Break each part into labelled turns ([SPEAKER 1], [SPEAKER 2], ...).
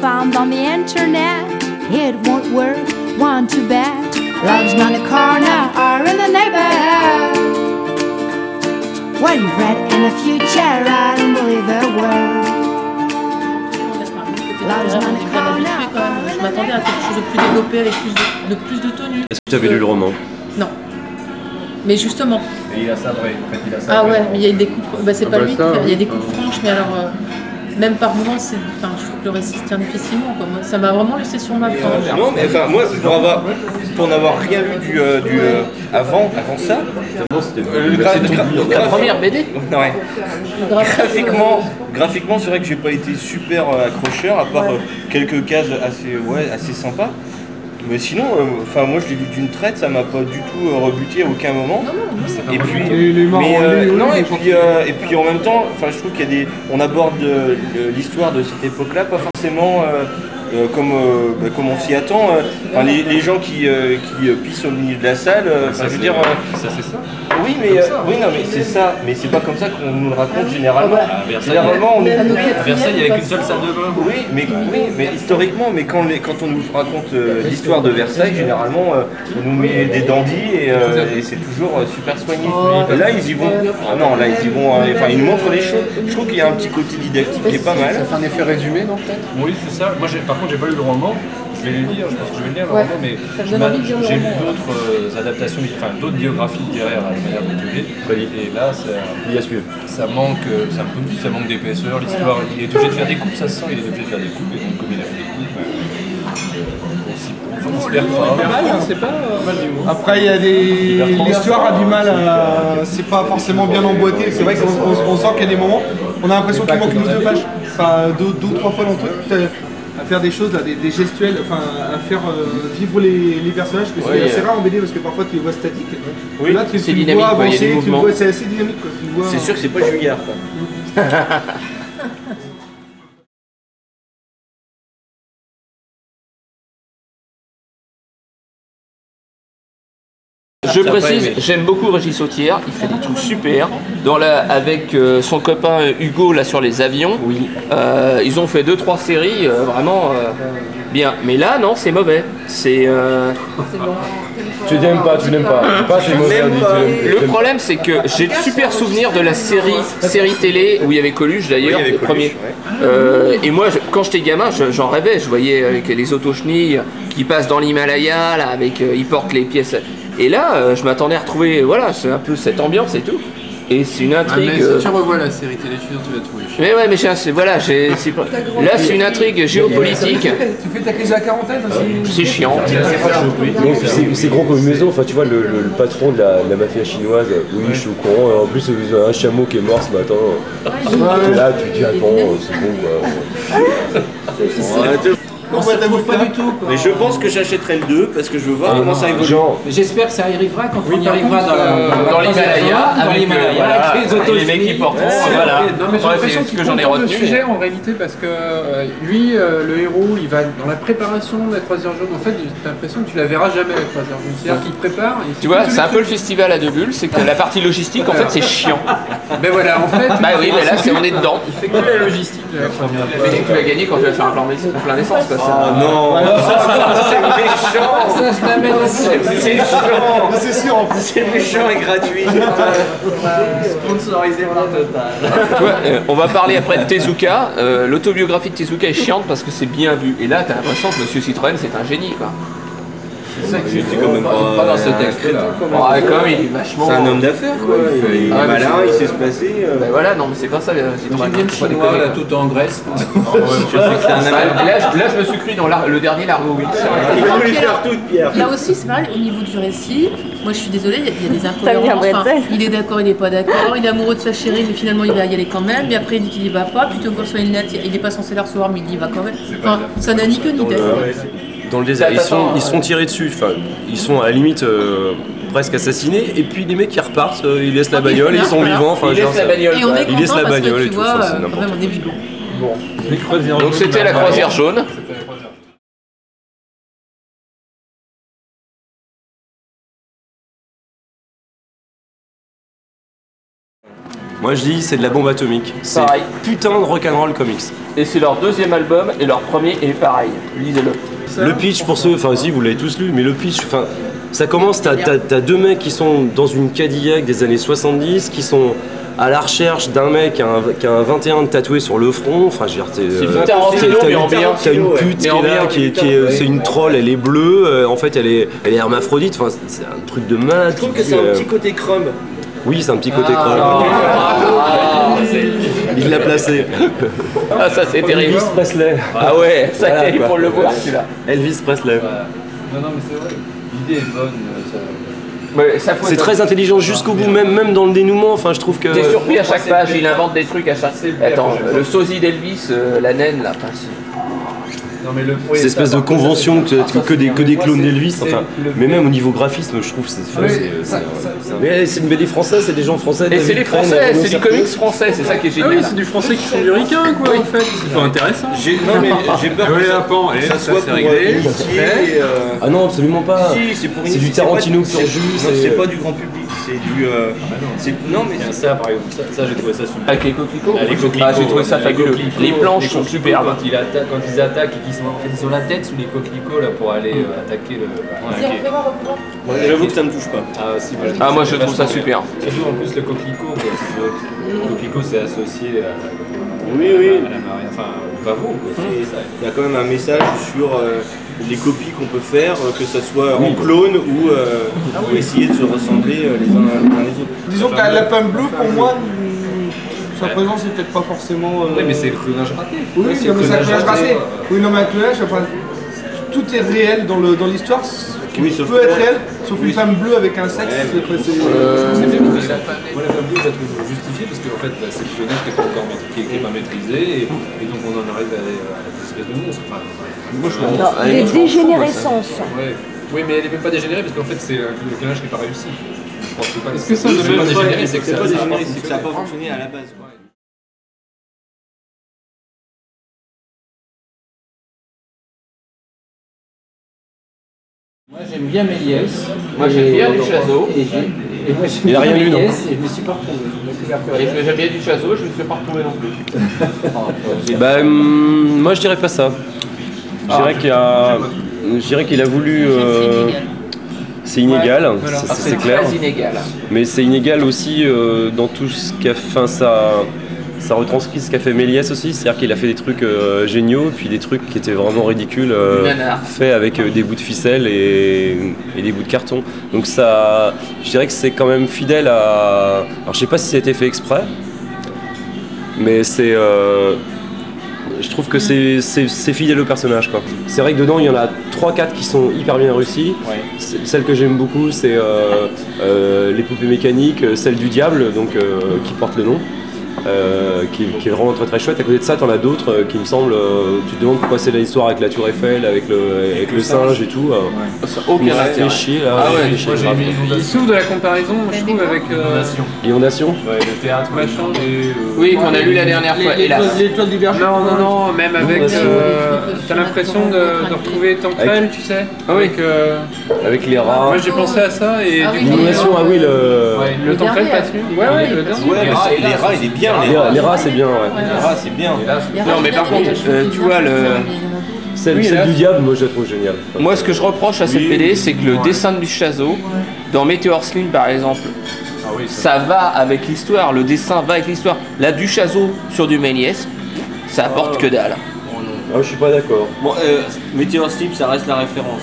[SPEAKER 1] found on the internet. It won't work, one to bet. Love's not in the corner or in the neighborhood. What you read in the future, I don't believe a word.
[SPEAKER 2] Là, je m'en ai pas non plus fait quand même. Je m'attendais à quelque chose de plus développé avec plus de, de plus de tenue.
[SPEAKER 3] Est-ce que tu avais lu le roman
[SPEAKER 2] Non. Mais justement.
[SPEAKER 4] Et il a sabré. En fait, il a
[SPEAKER 2] Ah
[SPEAKER 4] sabré.
[SPEAKER 2] ouais, mais il y a des coupes. Bah, c'est
[SPEAKER 5] Ah
[SPEAKER 2] pas
[SPEAKER 5] bah
[SPEAKER 2] lui qui
[SPEAKER 5] ça,
[SPEAKER 2] fait. Il y a
[SPEAKER 5] oui.
[SPEAKER 2] des coupes franches, mais alors. euh, Même par moments, c'est. Enfin, je trouve que le récit se tient difficilement. Quoi. Moi, ça m'a vraiment laissé sur ma faim.
[SPEAKER 6] Non, mais enfin, moi, pour, avoir- pour n'avoir rien lu du, euh, du, euh, avant, avant ça,
[SPEAKER 3] Vraiment, c'était
[SPEAKER 6] euh, le gra-
[SPEAKER 3] c'est
[SPEAKER 6] gra-
[SPEAKER 3] tout lu, en
[SPEAKER 6] gra-
[SPEAKER 3] fait.
[SPEAKER 5] Première BD
[SPEAKER 6] Ouais.
[SPEAKER 2] Graphiquement.
[SPEAKER 6] Graphiquement, graphiquement c'est vrai que j'ai pas été super euh, accrocheur, à part
[SPEAKER 2] Ouais.
[SPEAKER 6] euh, quelques cases assez, ouais, assez sympas. Mais sinon, euh, enfin moi je l'ai lu d'une traite, ça m'a pas du tout euh, rebuté à aucun moment.
[SPEAKER 2] Non, non, non.
[SPEAKER 6] Et puis,
[SPEAKER 5] Ah, Les- les morts,
[SPEAKER 6] mais,
[SPEAKER 5] on
[SPEAKER 6] euh,
[SPEAKER 5] lit, on
[SPEAKER 6] non,
[SPEAKER 5] lit,
[SPEAKER 6] et
[SPEAKER 5] on
[SPEAKER 6] puis, euh, et puis en même temps, enfin je trouve qu'il y a des, on aborde euh, le- l'histoire de cette époque-là pas forcément euh, euh, comme, euh, bah, comme on s'y attend. euh. Enfin, les, les gens qui, euh, qui euh, pissent au milieu de la salle, euh, enfin,
[SPEAKER 3] Ça,
[SPEAKER 6] je
[SPEAKER 3] c'est-
[SPEAKER 6] veux dire, euh,
[SPEAKER 3] ça, c'est ça.
[SPEAKER 6] oui, mais, euh,
[SPEAKER 5] hein.
[SPEAKER 6] oui, non, mais c'est ça, mais c'est pas comme ça qu'on nous le
[SPEAKER 5] Ah
[SPEAKER 6] raconte généralement.
[SPEAKER 3] À
[SPEAKER 5] bah,
[SPEAKER 3] Versailles,
[SPEAKER 6] Généralement, on
[SPEAKER 2] À nos
[SPEAKER 6] nous...
[SPEAKER 2] quatrièmes,
[SPEAKER 3] Versailles, il n'y avait qu'une
[SPEAKER 2] parce-
[SPEAKER 3] seule salle de bain.
[SPEAKER 6] Oui, mais, oui, mais historiquement, mais quand, les- quand on nous raconte euh, l'histoire de Versailles, généralement, euh, on nous met des dandys et, euh, et c'est toujours euh, super soigné.
[SPEAKER 2] Oh.
[SPEAKER 6] Et là, ils y vont. Ah non, là, ils y vont. euh, Enfin, ils nous montrent les choses. Je trouve qu'il y a un petit côté didactique qui est pas mal.
[SPEAKER 5] Ça fait un effet résumé, non, peut-être
[SPEAKER 4] Oui, c'est ça. Moi, j'ai- par contre, j'ai pas lu le roman. Je vais le lire, je pense que je vais le lire le
[SPEAKER 2] Ouais.
[SPEAKER 4] roman, mais
[SPEAKER 2] Ça me
[SPEAKER 4] je
[SPEAKER 2] donne
[SPEAKER 4] m'a-
[SPEAKER 2] envie de lire le
[SPEAKER 4] j'ai lu
[SPEAKER 2] roman.
[SPEAKER 4] d'autres euh, adaptations, enfin d'autres biographies littéraires à la manière de Tolé. Et là, ça,
[SPEAKER 3] Il y a suivre.
[SPEAKER 4] ça manque, euh, ça, me- ça manque d'épaisseur. L'histoire, il est obligé de faire des coupes, ça se sent, il est obligé de faire des coupes. Et donc, comme il a fait des coupes, euh, on s'y- enfin, on se perd pas.
[SPEAKER 5] c'est pas. Après, il y a des. L'histoire a du mal à. C'est pas forcément bien emboîté. C'est vrai qu'on on- on sent qu'il y a des moments, on a l'impression qu'il manque une ou deux pages. Enfin, deux, deux ou trois fois dans le truc, t'as- à faire des choses, là, des, des gestuels, enfin, à faire euh, vivre les, les personnages. parce que
[SPEAKER 7] Ouais,
[SPEAKER 5] c'est
[SPEAKER 7] euh.
[SPEAKER 5] rare en BD parce que parfois tu les vois statiques.
[SPEAKER 6] Oui,
[SPEAKER 5] là, tu,
[SPEAKER 7] c'est
[SPEAKER 5] tu les
[SPEAKER 7] dynamique,
[SPEAKER 5] vois
[SPEAKER 7] quoi, il y a du
[SPEAKER 5] avancer, tu les
[SPEAKER 7] mouvement.
[SPEAKER 5] vois- c'est assez dynamique. quoi, tu les vois-
[SPEAKER 6] C'est sûr que c'est pas Julliard. quoi.
[SPEAKER 7] Je précise, j'aime beaucoup Régis Sautière, il fait des trucs super. Dans la, avec euh, son copain euh, Hugo là sur les avions, euh, ils ont fait deux trois séries euh, vraiment euh, bien. Mais là non, c'est mauvais. C'est euh,
[SPEAKER 8] Tu n'aimes pas, tu n'aimes pas. Tu pas ces mauvais amis,
[SPEAKER 3] euh,
[SPEAKER 8] tu l'aimes- tu
[SPEAKER 7] le
[SPEAKER 8] l'aimes pas.
[SPEAKER 7] problème, c'est que j'ai de super souvenirs de la série série télé où il y avait Coluche
[SPEAKER 6] Oui,
[SPEAKER 7] d'ailleurs,
[SPEAKER 6] avec
[SPEAKER 7] le premier.
[SPEAKER 6] Coluche, ouais.
[SPEAKER 7] Euh, et moi, je- quand j'étais gamin, je- j'en rêvais. Je voyais avec les autochenilles qui passent dans l'Himalaya, là, avec euh, ils portent les pièces. Et là, euh, je m'attendais à retrouver, voilà, c'est un peu cette ambiance et tout. Et c'est une
[SPEAKER 9] Ah,
[SPEAKER 7] intrigue.
[SPEAKER 9] mais
[SPEAKER 7] euh,
[SPEAKER 9] si tu revois la série télé, je suis sûr que tu vas trouver.
[SPEAKER 7] Mais ouais, mais c'est- c'est- voilà, j'ai- c'est pas- là c'est une intrigue géopolitique,
[SPEAKER 5] Tu fais ta crise de la quarantaine aussi.
[SPEAKER 7] c'est chiant.
[SPEAKER 8] Non, puis c'est- c'est grand comme maison, enfin tu vois le, le- le patron de la, de la mafia chinoise, euh, oui je suis au courant, et en plus euh, un chameau qui est mort ce matin, euh, là tu te dis attends, euh, c'est bon quoi.
[SPEAKER 5] On se retrouve pas du tout.
[SPEAKER 6] Mais je pense que j'achèterai le 2 parce que Ah je veux voir comment ça évolue.
[SPEAKER 8] Genre,
[SPEAKER 10] J'espère que ça arrivera quand on y arrivera dans, la- la-
[SPEAKER 7] Dans l'Himalaya,
[SPEAKER 10] dans
[SPEAKER 7] avec,
[SPEAKER 10] l'Himalaya,
[SPEAKER 7] euh, voilà,
[SPEAKER 10] avec les
[SPEAKER 7] et les
[SPEAKER 10] autochtones.
[SPEAKER 7] mecs qui portent,
[SPEAKER 10] Ouais,
[SPEAKER 7] voilà.
[SPEAKER 10] ouais, Ah, Non, mais j'ai
[SPEAKER 7] Ouais,
[SPEAKER 10] l'impression
[SPEAKER 7] c'est ce
[SPEAKER 10] qu'il
[SPEAKER 7] que j'en ai
[SPEAKER 10] contourne
[SPEAKER 7] retenu.
[SPEAKER 10] le sujet en réalité parce que euh, lui, euh, le héros, il va dans la préparation de la croisière jaune. En fait, t'as l'impression que tu la verras jamais la croisière jaune. C'est-à-dire qu'il te prépare. et
[SPEAKER 7] Tu vois,
[SPEAKER 10] tous
[SPEAKER 7] c'est
[SPEAKER 10] les
[SPEAKER 7] un peu le festival à deux bulles, c'est que la partie logistique en fait c'est chiant.
[SPEAKER 10] trucs- Ben voilà, en fait.
[SPEAKER 7] Bah oui, mais là c'est on est dedans.
[SPEAKER 10] C'est que la logistique. de la croisière.
[SPEAKER 7] Mais tu vas gagner quand tu vas faire un plan, un plan d'essence, quoi. ça.
[SPEAKER 6] Ah non, c'est méchant,
[SPEAKER 10] Ça, je t'amène aussi.
[SPEAKER 6] c'est méchant,
[SPEAKER 5] C'est sûr en plus.
[SPEAKER 6] c'est méchant et gratuit.
[SPEAKER 10] Sponsorisé par Total.
[SPEAKER 7] Tu vois, euh, on va parler après de Tezuka. Euh, L'autobiographie de Tezuka est chiante parce que c'est bien vu. Et là, t'as l'impression que Monsieur Citroën, c'est un génie, quoi.
[SPEAKER 6] Je suis quand même pas,
[SPEAKER 7] Pas dans ce texte-là. Ouais, quand même, il est vachement.
[SPEAKER 6] C'est un homme d'affaires quoi, il Ah, est
[SPEAKER 7] Ouais, mais
[SPEAKER 6] malin,
[SPEAKER 7] c'est-
[SPEAKER 6] il sait se placer. euh.
[SPEAKER 7] Ben voilà, non, mais c'est pas ça, euh, Citroën.
[SPEAKER 10] J'aime
[SPEAKER 7] Faut pas
[SPEAKER 10] chinois,
[SPEAKER 7] déconner,
[SPEAKER 10] là, tout en Grèce.
[SPEAKER 7] Ah, Là, je- là, je me suis cru dans l'ar- le dernier Largo Wix.
[SPEAKER 6] Il va nous les faire toutes, Pierre.
[SPEAKER 2] Là aussi, c'est pareil, au niveau du récit, moi je suis désolée, il y a- il y, a des
[SPEAKER 1] vient
[SPEAKER 2] incohérences. Enfin,
[SPEAKER 1] Bretzel.
[SPEAKER 2] il est d'accord, il n'est pas d'accord, il est amoureux de sa chérie, mais finalement il va y aller quand même, puis après il dit qu'il y va pas, plutôt qu'on soit une lettre, il n'est pas censé la recevoir, mais il y va quand même. Enfin, ça n'a ni queue ni tête.
[SPEAKER 3] dans le désert. Ils sont, ils sont tirés dessus. Enfin, ils sont à la limite euh, presque assassinés. Et puis les mecs ils repartent, euh, ils laissent la bagnole, ils sont
[SPEAKER 2] Voilà.
[SPEAKER 3] vivants. Enfin,
[SPEAKER 7] Il
[SPEAKER 3] genre,
[SPEAKER 7] laisse la
[SPEAKER 3] ça-
[SPEAKER 7] bagnole.
[SPEAKER 2] Et on est
[SPEAKER 3] Il laisse
[SPEAKER 2] content
[SPEAKER 3] la
[SPEAKER 2] parce
[SPEAKER 3] bagnole
[SPEAKER 2] que
[SPEAKER 3] et
[SPEAKER 2] tu
[SPEAKER 3] tout,
[SPEAKER 2] vois,
[SPEAKER 3] ça, c'est
[SPEAKER 2] euh, quand
[SPEAKER 3] n'importe
[SPEAKER 2] même on est bigot.
[SPEAKER 7] Donc c'était la croisière jaune.
[SPEAKER 3] Moi je dis c'est de la bombe atomique. C'est
[SPEAKER 7] Pareil.
[SPEAKER 3] putain de rock'n'roll comics.
[SPEAKER 7] Et c'est leur deuxième album et leur premier est pareil. Lisez-le.
[SPEAKER 3] Le pitch pour ceux, enfin si vous l'avez tous lu, mais le pitch, enfin ça commence, t'as, t'as- t'as deux mecs qui sont dans une Cadillac des années 70, qui sont à la recherche d'un mec qui a un, qui a un 21 de tatoué sur le front, enfin je veux dire, t'es, euh,
[SPEAKER 7] du
[SPEAKER 3] t'as-
[SPEAKER 7] Tarantino,
[SPEAKER 3] t'as
[SPEAKER 7] mais
[SPEAKER 3] une-
[SPEAKER 7] en bien.
[SPEAKER 3] t'as une pute qui
[SPEAKER 7] Mais en
[SPEAKER 3] est là,
[SPEAKER 7] bien.
[SPEAKER 3] qui est- qui est- c'est une troll, elle est bleue, euh, en fait elle est, elle est hermaphrodite, enfin c'est- c'est un truc de malade.
[SPEAKER 6] Je trouve que c'est un
[SPEAKER 3] Euh,
[SPEAKER 6] petit côté crumb.
[SPEAKER 3] Oui, c'est un petit côté crâne. Il l'a placé.
[SPEAKER 7] Ah, ça c'est terrible.
[SPEAKER 8] Elvis Presley.
[SPEAKER 7] Ah ouais, ça
[SPEAKER 8] Voilà,
[SPEAKER 7] il
[SPEAKER 8] quoi.
[SPEAKER 7] faut le voir celui-là.
[SPEAKER 3] Elvis Presley.
[SPEAKER 9] Non, non, mais c'est vrai. L'idée est bonne. euh, ça-
[SPEAKER 7] Mais ça faut
[SPEAKER 3] C'est
[SPEAKER 7] être-
[SPEAKER 3] très intelligent jusqu'au bout, même, même dans le dénouement, enfin je trouve que... euh,
[SPEAKER 7] T'es surpris à chaque page, il invente des trucs à chaque. Attends, le sosie d'Elvis, euh, la naine là. enfin, c'est-
[SPEAKER 9] Non, mais le
[SPEAKER 3] Cette espèce de convention que, que, que des, que des clones d'Elvis, enfin, mais même au niveau graphisme, je trouve que c'est enfin, c'est- c'est- c'est- Mais c'est une BD française, c'est des gens français.
[SPEAKER 7] Et
[SPEAKER 3] David
[SPEAKER 7] c'est les
[SPEAKER 3] Crane,
[SPEAKER 7] Français,
[SPEAKER 3] Arnaud
[SPEAKER 7] c'est du
[SPEAKER 3] Serpent.
[SPEAKER 7] comics français, c'est ça qui est
[SPEAKER 10] Ah oui,
[SPEAKER 7] génial.
[SPEAKER 10] c'est du français qui font du ricain, quoi, en fait. C'est pas intéressant.
[SPEAKER 6] J'ai non, mais j'ai peur que
[SPEAKER 9] Allez,
[SPEAKER 6] ça,
[SPEAKER 9] la pan, et
[SPEAKER 6] ça
[SPEAKER 9] ça,
[SPEAKER 6] soit
[SPEAKER 9] c'est
[SPEAKER 6] pour
[SPEAKER 9] réglé.
[SPEAKER 6] euh, initier. et, euh,
[SPEAKER 3] Ah non, absolument pas.
[SPEAKER 6] Si, c'est pour
[SPEAKER 3] C'est
[SPEAKER 6] initier,
[SPEAKER 3] du Tarantino
[SPEAKER 6] pas
[SPEAKER 3] pur jus,
[SPEAKER 6] non,
[SPEAKER 3] c'est-
[SPEAKER 6] C'est pas du grand public, c'est du. euh, c'est- non, mais c'est-
[SPEAKER 4] Ça, par exemple, ça, ça, j'ai trouvé ça super.
[SPEAKER 7] Avec les coquelicots
[SPEAKER 4] Ah, les
[SPEAKER 7] Ah, j'ai
[SPEAKER 4] coquelicots,
[SPEAKER 7] trouvé ça
[SPEAKER 4] les
[SPEAKER 7] fabuleux.
[SPEAKER 4] coquelicots,
[SPEAKER 7] Les planches sont
[SPEAKER 4] coquelicots,
[SPEAKER 7] superbes.
[SPEAKER 4] Quand, ils atta- quand ils attaquent et qu'ils sont en fait, ils ont la tête sous les coquelicots là, pour aller euh, attaquer le. attaquer.
[SPEAKER 6] J'avoue que ça me touche pas.
[SPEAKER 4] Ah, si, moi,
[SPEAKER 7] Ah, moi je
[SPEAKER 4] ça
[SPEAKER 7] trouve ça
[SPEAKER 4] vachement bien.
[SPEAKER 7] super.
[SPEAKER 4] Surtout en plus le coquelicot, quoi, parce que le coquelicot c'est associé à,
[SPEAKER 6] Oui, oui.
[SPEAKER 4] à la marine, enfin au pavot. quoi,
[SPEAKER 7] Mmh.
[SPEAKER 4] c'est ça.
[SPEAKER 6] Il y a quand même un message sur euh, les copies qu'on peut faire, euh, que ce soit en clone ou, euh, ou essayer de se ressembler euh, les uns les uns les autres.
[SPEAKER 5] Disons que la, la femme bleue, pour moi, mm, sa présence n'est peut-être pas forcément. euh,
[SPEAKER 4] Oui, mais c'est le clonage raté.
[SPEAKER 5] Oui,
[SPEAKER 4] Ouais,
[SPEAKER 5] oui,
[SPEAKER 4] c'est
[SPEAKER 5] non, mais c'est un
[SPEAKER 4] clonage
[SPEAKER 5] clonage
[SPEAKER 4] raté,
[SPEAKER 5] raté.
[SPEAKER 4] euh,
[SPEAKER 5] Oui, non, mais un clonage, enfin, tout est réel dans le- dans l'histoire. ce qui
[SPEAKER 6] Oui, sauf
[SPEAKER 5] peut
[SPEAKER 6] que-
[SPEAKER 5] être réel, sauf une femme bleue avec un sexe. après, c'est-
[SPEAKER 4] Euh,
[SPEAKER 5] c'est féministe.
[SPEAKER 4] Moi, la femme bleue, je la trouve justifiée parce qu'en fait, bah, c'est le clonage qui n'est pas encore maîtrisé, qui est- qui est pas maîtrisé, et, et donc on en arrive à, à des espèces de monstres. Enfin, moi, je
[SPEAKER 11] Les dégénérescences.
[SPEAKER 4] ouais. Oui, mais elle n'est même pas dégénérée parce qu'en fait, c'est un- le clonage qui n'est pas réussi. Je pense que pas
[SPEAKER 10] Est-ce que ça,
[SPEAKER 4] c'est
[SPEAKER 10] de même
[SPEAKER 4] pas dégénéré, c'est que
[SPEAKER 6] C'est
[SPEAKER 4] ça
[SPEAKER 6] pas
[SPEAKER 4] ça a
[SPEAKER 6] dégénéré, c'est que ça
[SPEAKER 4] fonctionné.
[SPEAKER 6] n'a pas fonctionné à la base. quoi.
[SPEAKER 12] Moi j'aime bien Méliès.
[SPEAKER 7] Moi, j'aime
[SPEAKER 12] Et-
[SPEAKER 7] bien Duchazo.
[SPEAKER 12] Et, j'ai- et moi j'aime
[SPEAKER 3] Il a
[SPEAKER 12] bien
[SPEAKER 3] rien lu, non
[SPEAKER 12] Méliès et je me suis pas retrouvé. Je me suis pas retrouvé.
[SPEAKER 7] Et je j'aime bien du chaseau, je me suis pas retrouvé non plus.
[SPEAKER 3] Bah, hum, moi je dirais pas ça. Je dirais qu'il a, je dirais qu'il a voulu. euh, C'est inégal, c'est-
[SPEAKER 7] Ah,
[SPEAKER 3] c'est c'est clair.
[SPEAKER 7] très inégal.
[SPEAKER 3] Mais c'est inégal aussi euh, dans tout ce qu'a fait. Ça, ça retranscrit ce qu'a fait Méliès aussi, c'est-à-dire qu'il a fait des trucs euh, géniaux, puis des trucs qui étaient vraiment ridicules, euh,
[SPEAKER 7] Nanar.
[SPEAKER 3] faits avec euh, des bouts de ficelle et, et des bouts de carton. Donc ça, je dirais que c'est quand même fidèle à. Alors je sais pas si ça a été fait exprès, mais c'est. euh, je trouve que c'est- c'est c'est fidèle au personnage. quoi. C'est vrai que dedans, il y en a 3-4 qui sont hyper bien réussis. C'est- Celle que j'aime beaucoup, c'est euh, euh, Les poupées mécaniques, euh, celle du diable, donc, euh, qui porte le nom, euh, qui, qui est vraiment très très chouette. À côté de ça, t'en as d'autres euh, qui me semblent. euh, tu te demandes pourquoi c'est l'histoire avec la Tour Eiffel, avec le, avec le singe et tout. euh.
[SPEAKER 7] Ça a
[SPEAKER 3] Il
[SPEAKER 7] Aucun
[SPEAKER 3] m'a fait
[SPEAKER 7] intérêt.
[SPEAKER 3] chier là,
[SPEAKER 7] Ah ouais,
[SPEAKER 3] j'ai fait chier
[SPEAKER 9] Moi, j'ai
[SPEAKER 3] grave.
[SPEAKER 9] aimé
[SPEAKER 10] Il souffre de la comparaison,
[SPEAKER 11] Ben,
[SPEAKER 10] je trouve, avec euh,
[SPEAKER 3] Inondation
[SPEAKER 4] Ouais, le théâtre, machin, et. euh,
[SPEAKER 7] Oui, qu'on a lu la dernière fois,
[SPEAKER 12] Les- les
[SPEAKER 7] hélas.
[SPEAKER 12] étoiles- les étoiles divergentes.
[SPEAKER 10] Non, non, non, même avec. euh, T'as l'impression de, de retrouver Tancrel, tu sais Avec. euh,
[SPEAKER 3] avec les rats.
[SPEAKER 10] Moi j'ai pensé à ça et
[SPEAKER 2] Ah
[SPEAKER 10] du
[SPEAKER 2] oui,
[SPEAKER 10] coup.
[SPEAKER 3] Inondation, ah oui, le.
[SPEAKER 10] Ouais, le
[SPEAKER 2] Le
[SPEAKER 10] Tancrel
[SPEAKER 2] dernier,
[SPEAKER 10] pas celui Ouais, ouais, le dernier.
[SPEAKER 6] Ouais, mais
[SPEAKER 4] Ah,
[SPEAKER 6] c'est- les rats, il est bien, les
[SPEAKER 3] Les,
[SPEAKER 6] rats.
[SPEAKER 3] les rats, c'est bien, ouais.
[SPEAKER 6] Les rats, c'est bien.
[SPEAKER 7] Non, mais par contre, euh, tu vois, le-
[SPEAKER 3] Celle,
[SPEAKER 7] Oui,
[SPEAKER 3] celle
[SPEAKER 7] là.
[SPEAKER 3] du diable, moi je la trouve géniale.
[SPEAKER 7] Moi, ce que je reproche à cette BD, c'est que le dessin du chaseau, dans Meteor Slim par exemple,
[SPEAKER 6] Ah
[SPEAKER 7] ça va avec l'histoire, le dessin va avec l'histoire. Là, du chaseau sur du Méliès, ça apporte que dalle.
[SPEAKER 3] Ah, je suis pas d'accord.
[SPEAKER 6] Bon, euh, Meteor Slip, ça reste la référence.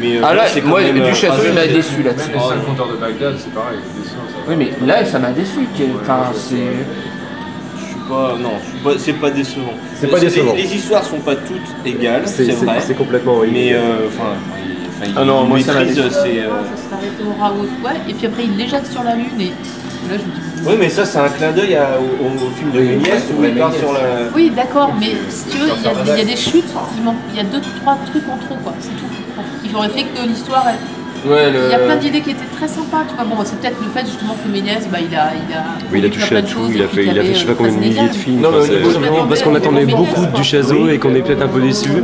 [SPEAKER 6] Mais euh,
[SPEAKER 7] Ah
[SPEAKER 6] là,
[SPEAKER 7] là,
[SPEAKER 6] c'est quand
[SPEAKER 7] moi,
[SPEAKER 6] même, euh,
[SPEAKER 7] du chaseau, il m'a
[SPEAKER 6] phrasé.
[SPEAKER 7] déçu là-dessus.
[SPEAKER 4] Même les cinq compteurs de Bagdad, c'est pareil, le dessin, ça va.
[SPEAKER 7] Oui, mais là, ça m'a déçu. que- Enfin, c'est.
[SPEAKER 6] Je suis pas. Non, je suis pas- c'est pas décevant.
[SPEAKER 3] C'est pas décevant.
[SPEAKER 6] Les, les histoires sont pas toutes égales, c'est
[SPEAKER 3] C'est-
[SPEAKER 6] vrai.
[SPEAKER 3] C'est c'est complètement.
[SPEAKER 6] Mais euh, enfin, il- enfin,
[SPEAKER 7] Ah non,
[SPEAKER 6] il
[SPEAKER 7] moi, ça m'a
[SPEAKER 6] maîtrise, c'est. euh,
[SPEAKER 2] Ouais, et puis après il l'éjecte sur la lune et là je me dis.
[SPEAKER 6] Oui, mais ça, c'est un clin d'œil à- au, au- au film de Méliès où il part sur la.
[SPEAKER 2] Oui, d'accord, mais si tu veux, il y a- il y, a des chutes, il manque- il y a deux, trois trucs en trop, quoi, c'est tout. Il aurait fait que l'histoire, elle-
[SPEAKER 7] Ouais, le-
[SPEAKER 2] Il y a plein d'idées qui étaient très sympas, tu vois. Bon, c'est peut-être le fait justement que Méliès, bah, il a, il a,
[SPEAKER 3] Oui, il a
[SPEAKER 2] fait
[SPEAKER 3] touché
[SPEAKER 2] plein
[SPEAKER 3] à
[SPEAKER 2] de
[SPEAKER 3] tout,
[SPEAKER 2] choses
[SPEAKER 3] il
[SPEAKER 2] et
[SPEAKER 3] a
[SPEAKER 2] puis
[SPEAKER 3] fait,
[SPEAKER 2] qu'il
[SPEAKER 3] il a
[SPEAKER 2] avait,
[SPEAKER 3] fait je sais pas
[SPEAKER 2] euh,
[SPEAKER 3] combien de
[SPEAKER 2] très
[SPEAKER 3] milliers de
[SPEAKER 2] inégal.
[SPEAKER 3] films.
[SPEAKER 2] Non,
[SPEAKER 3] enfin,
[SPEAKER 2] mais au
[SPEAKER 3] c'est-
[SPEAKER 2] niveau de-
[SPEAKER 3] parce qu'on attendait
[SPEAKER 2] Méliès,
[SPEAKER 3] beaucoup
[SPEAKER 2] quoi.
[SPEAKER 3] du Chazot et qu'on est peut-être un peu déçu.
[SPEAKER 2] Moi,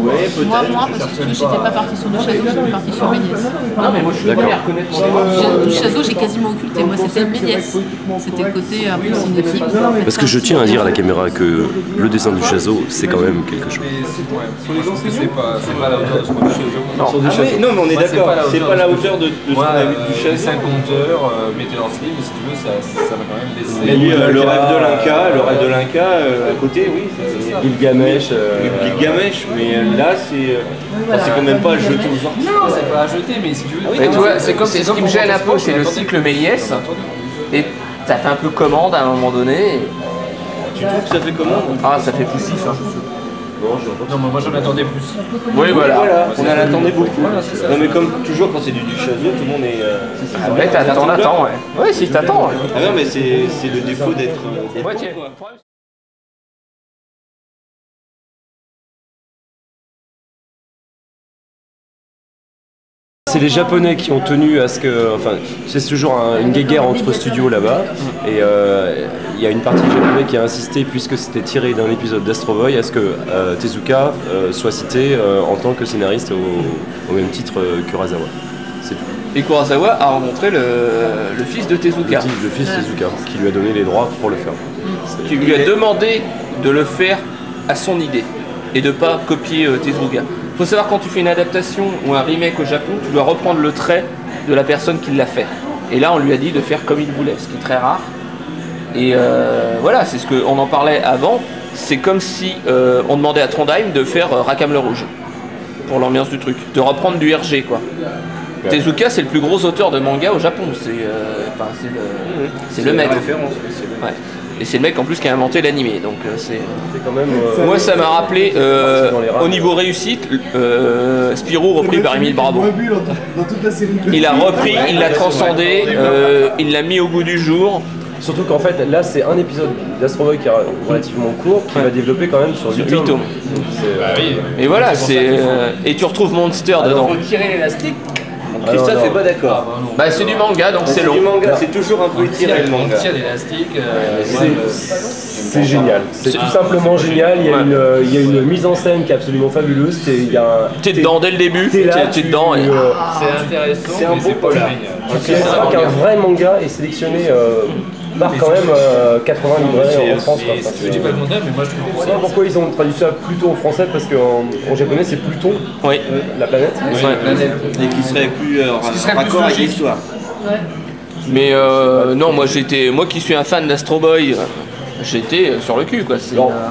[SPEAKER 2] moi, parce que j'étais pas partie sur du château, j'étais partie sur Méliès.
[SPEAKER 7] Non, mais moi je suis
[SPEAKER 3] D'accord.
[SPEAKER 7] pas à reconnaître mon
[SPEAKER 5] Euh,
[SPEAKER 2] Du château, j'ai quasiment occulté. Moi, c'était Méliès. C'était le côté un peu cinéphile.
[SPEAKER 3] Parce que je tiens à dire à la caméra que le dessin du Chazot, c'est quand même quelque chose.
[SPEAKER 4] Sur les gens, c'est pas, c'est pas à la hauteur de ce qu'on a chez eux.
[SPEAKER 6] Non.
[SPEAKER 4] Sur du
[SPEAKER 6] Ah
[SPEAKER 4] château.
[SPEAKER 6] oui, non, mais on est
[SPEAKER 4] Moi,
[SPEAKER 6] d'accord, c'est pas la hauteur de- de ce
[SPEAKER 4] Moi,
[SPEAKER 6] qu'on a vu
[SPEAKER 4] euh,
[SPEAKER 6] du château.
[SPEAKER 4] C'est un conteur, euh, mettez en slip, mais si tu veux, ça ça m'a quand même laissé.
[SPEAKER 6] Et lui, euh, le rêve de l'Inca, le rêve de l'Inca, euh, à côté, oui, c'est ça.
[SPEAKER 8] Gilgamesh. euh,
[SPEAKER 6] Gilgamesh, mais euh, là, c'est euh, enfin, c'est quand même pas jeté aux orties.
[SPEAKER 9] Non, c'est pas à jeter, mais si tu veux.
[SPEAKER 7] Mais tu vois, c'est comme c'est ce qui me gêne un peu, c'est le cycle Méliès. Et ça fait un peu commande à un moment donné.
[SPEAKER 6] Tu trouves que ça fait commande
[SPEAKER 7] Ah, ça fait poussif. Hein.
[SPEAKER 4] Non, mais moi, j'en attendais plus.
[SPEAKER 7] Oui, voilà.
[SPEAKER 6] on en attendait beaucoup.
[SPEAKER 4] Voilà, c'est ça.
[SPEAKER 6] Non, mais comme toujours, quand c'est du Duchazot, tout le monde est. euh,
[SPEAKER 7] Ah, ouais, t'attends, t'attends, ouais. Ouais, si t'attends. ouais.
[SPEAKER 6] Ah non, mais c'est c'est le défaut d'être. euh, d'être
[SPEAKER 7] Ouais,
[SPEAKER 6] bon,
[SPEAKER 7] tiens.
[SPEAKER 6] quoi.
[SPEAKER 3] C'est les Japonais qui ont tenu à ce que. Enfin, c'est toujours un- une guéguerre entre studios là-bas. Et euh, il y a une partie des Japonais qui a insisté, puisque c'était tiré d'un épisode d'Astro Boy, à ce que euh, Tezuka euh, soit cité euh, en tant que scénariste au, au même titre euh, Kurosawa. C'est tout.
[SPEAKER 7] Et Kurosawa a rencontré le, le fils de
[SPEAKER 3] Le,
[SPEAKER 7] Tezuka,
[SPEAKER 3] fils- le fils Tezuka, qui lui a donné les droits pour le faire. C'est-
[SPEAKER 7] qui lui a demandé de le faire à son idée et de pas copier euh, Tezuka. Faut savoir quand tu fais une adaptation ou un remake au Japon, tu dois reprendre le trait de la personne qui l'a fait. Et là, on lui a dit de faire comme il voulait, ce qui est très rare. Et euh, voilà, c'est ce qu'on en parlait avant. C'est comme si euh, on demandait à Trondheim de faire euh, Rakam le Rouge pour l'ambiance du truc, de reprendre du RG quoi. Tezuka, c'est le plus gros auteur de manga au Japon. C'est euh, enfin, c'est le, c'est le
[SPEAKER 6] la
[SPEAKER 7] maître.
[SPEAKER 6] référence, oui, c'est le-
[SPEAKER 7] Ouais. Et c'est le mec en plus qui a inventé l'animé. Donc euh, c'est.
[SPEAKER 3] quand même, euh,
[SPEAKER 7] Moi, ça m'a rappelé euh, au niveau réussite, euh, Spirou repris par Émile Bravo.
[SPEAKER 5] Dans toute la série.
[SPEAKER 7] Il a repris, il l'a transcendé, euh, il l'a mis au goût du jour.
[SPEAKER 3] Surtout qu'en fait, là, c'est un épisode d'Astro Boy qui est relativement court, qui va développer quand même sur 8
[SPEAKER 7] Huit
[SPEAKER 3] tomes.
[SPEAKER 7] tomes.
[SPEAKER 3] Donc c'est- euh,
[SPEAKER 7] Et voilà, c'est euh, et tu retrouves Monster dedans.
[SPEAKER 9] Retirer l'élastique.
[SPEAKER 6] Christophe
[SPEAKER 3] Ah non.
[SPEAKER 6] est pas d'accord.
[SPEAKER 7] Bah c'est du manga donc c'est
[SPEAKER 6] C'est du
[SPEAKER 7] long.
[SPEAKER 6] manga, c'est toujours un peu étiré le manga.
[SPEAKER 9] Tiens, l'élastique.
[SPEAKER 3] C'est- C'est génial, c'est tout simplement génial. Il y, a une, euh, il y a une mise en scène qui est absolument fabuleuse. C'est- il y a un-
[SPEAKER 7] T'es dedans dès le début,
[SPEAKER 3] T'es là,
[SPEAKER 7] t'es
[SPEAKER 3] tu-
[SPEAKER 7] dedans et. Ah,
[SPEAKER 3] euh,
[SPEAKER 9] C'est intéressant.
[SPEAKER 6] C'est un bon polar.
[SPEAKER 3] tu sais pas qu'un vrai manga est sélectionné euh, par quand même euh, 80 libraires en France. quoi. Enfin,
[SPEAKER 4] Je dis pas le mondial, mais moi, je trouve
[SPEAKER 3] je sais pas pourquoi ils ont traduit ça plutôt en français parce qu'en en japonais c'est Pluton, euh,
[SPEAKER 7] Oui.
[SPEAKER 3] la planète.
[SPEAKER 7] Ouais.
[SPEAKER 6] Et qui serait plus euh, raccord avec l'histoire.
[SPEAKER 7] Mais euh, non, moi j'étais, moi qui suis un fan d'Astro Boy, euh, j'étais euh, sur le cul quoi. C'est,
[SPEAKER 3] Non.
[SPEAKER 7] euh,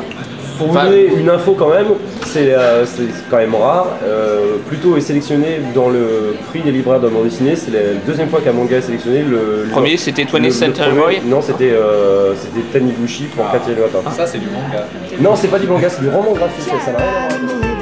[SPEAKER 3] Pour vous
[SPEAKER 7] Enfin-
[SPEAKER 3] donner une info quand même, c'est euh, c'est quand même rare. Euh, Pluto est sélectionné dans le prix des libraires de bande dessinée. C'est la deuxième fois qu'un manga est sélectionné. Le, le-
[SPEAKER 7] Premier, c'était 20th
[SPEAKER 3] le- le
[SPEAKER 7] Century
[SPEAKER 3] premier-
[SPEAKER 7] Boy.
[SPEAKER 3] Non, c'était euh, c'était Taniguchi pour hein. 4
[SPEAKER 4] Ah. Ça, c'est du manga.
[SPEAKER 3] Non, c'est pas du manga, c'est du roman graphique. Ça n'a rien à voir avec-